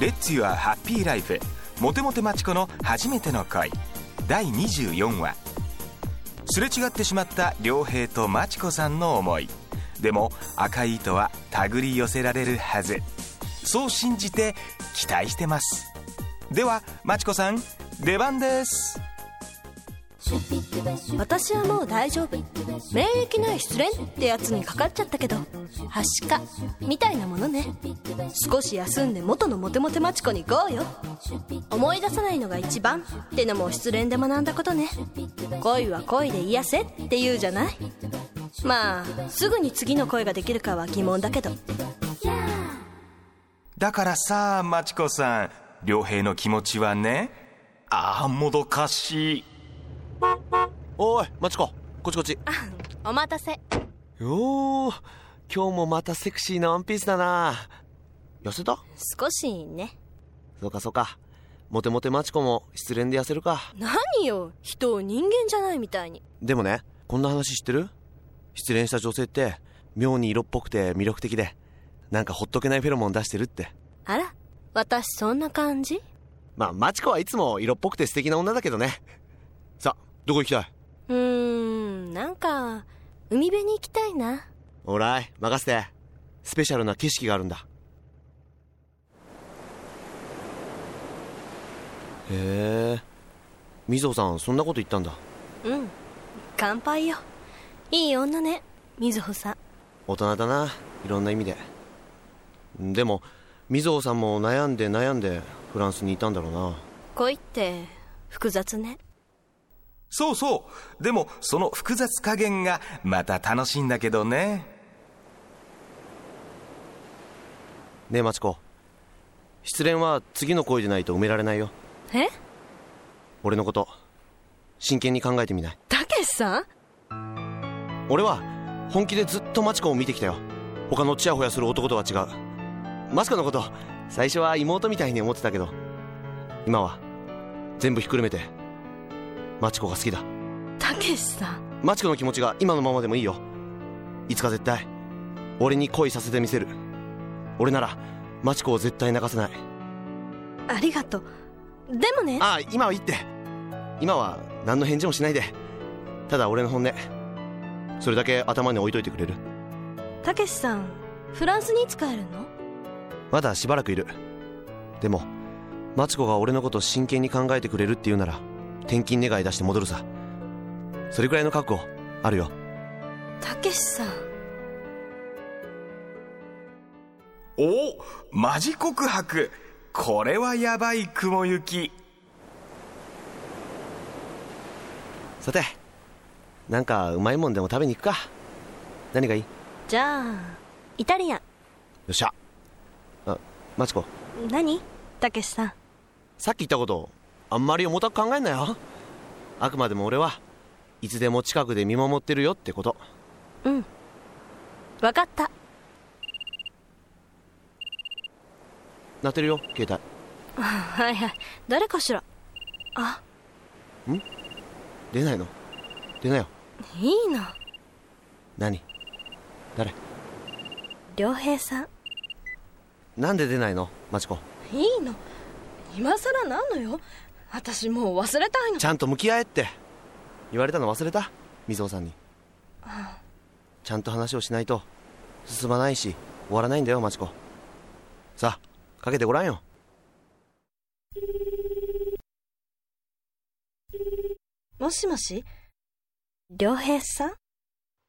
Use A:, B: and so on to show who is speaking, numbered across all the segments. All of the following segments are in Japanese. A: Let's Your Happy Life モテモテマチコの初めての恋第24話すれ違ってしまった良平とマチコさんの思いでも赤い糸は手繰り寄せられるはずそう信じて期待してますではマチコさん出番です
B: 私はもう大丈夫免疫ない失恋ってやつにかかっちゃったけどはしかみたいなものね少し休んで元のモテモテマチコに行こうよ思い出さないのが一番ってのも失恋で学んだことね恋は恋で癒せって言うじゃないまあすぐに次の恋ができるかは疑問だけど
A: だからさマチコさん良平の気持ちはねああもどかしい
C: おいマチコこっちこっち
B: お待たせ
C: おお今日もまたセクシーなワンピースだな痩せた
B: 少しね
C: そうかそうかモテモテマチコも失恋で痩せるか
B: 何よ人を人間じゃないみたいに
C: でもねこんな話知ってる失恋した女性って妙に色っぽくて魅力的でなんかほっとけないフェロモン出してるって
B: あら私そんな感じ
C: まあマチコはいつも色っぽくて素敵な女だけどねさあどこ行きたいう
B: ーんなんか海辺に行きたいな
C: オーライ任せてスペシャルな景色があるんだへえみぞさんそんなこと言ったんだ
B: うん乾杯よいい女ねみずほさん
C: 大人だないろんな意味ででもみぞさんも悩んで悩んでフランスにいたんだろうな
B: 恋って複雑ね
A: そうそうでもその複雑加減がまた楽しいんだけどね
C: ねえマチコ失恋は次の恋でないと埋められないよ
B: え
C: 俺のこと真剣に考えてみない
B: たけしさん
C: 俺は本気でずっとマチコを見てきたよ他のチヤホヤする男とは違うマスコのこと最初は妹みたいに思ってたけど今は全部ひっくるめてマチコが好きだ
B: たけしさん
C: マチコの気持ちが今のままでもいいよいつか絶対俺に恋させてみせる俺ならマチコを絶対泣かせない
B: ありがとうでもね
C: ああ今はいいって今は何の返事もしないでただ俺の本音それだけ頭に置いといてくれる
B: たけしさんフランスにいつ帰るの
C: まだしばらくいるでもマチコが俺のこと真剣に考えてくれるって言うなら転勤願い出して戻るさそれくらいの覚悟あるよ
B: たけしさん
A: おマジ告白これはやばい雲行き
C: さてなんかうまいもんでも食べに行くか何がいいよ
B: じゃあイタリアン
C: っしゃあマチコ
B: 何たけしさん
C: さっき言ったことあんまり重たく考えんなよあくまでも俺はいつでも近くで見守ってるよってこと
B: うんわかった
C: 鳴ってるよ携帯
B: はいはい誰かしらあ
C: 出ないの出なよ
B: いいな
C: 何誰
B: 良平さん
C: なんで出ないのマチコ
B: いいの今さらなんのよ私もう忘れたいの
C: ちゃんと向き合えって言われたの忘れた水尾さんにちゃんと話をしないと進まないし終わらないんだよマチコさあかけてごらんよ
B: もしもし良平さん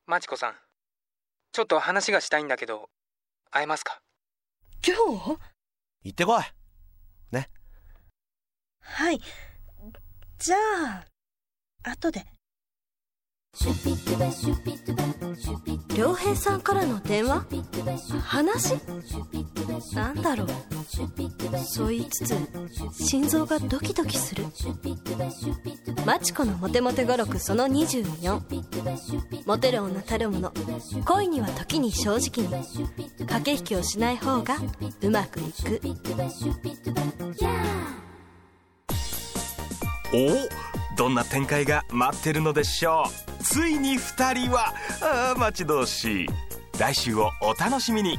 D: マチコさんちょっと話がしたいんだけど会えますか
B: 今日
C: 行ってこい
B: はいじゃあ後で良平さんからの電話話なんだろうそう言いつつ心臓がドキドキするマチコのモテモテ語録その24モテる女たるもの恋には時に正直に駆け引きをしない方がうまくいく
A: おどんな展開が待ってるのでしょうついに2人はあー待ち遠しい来週をお楽しみに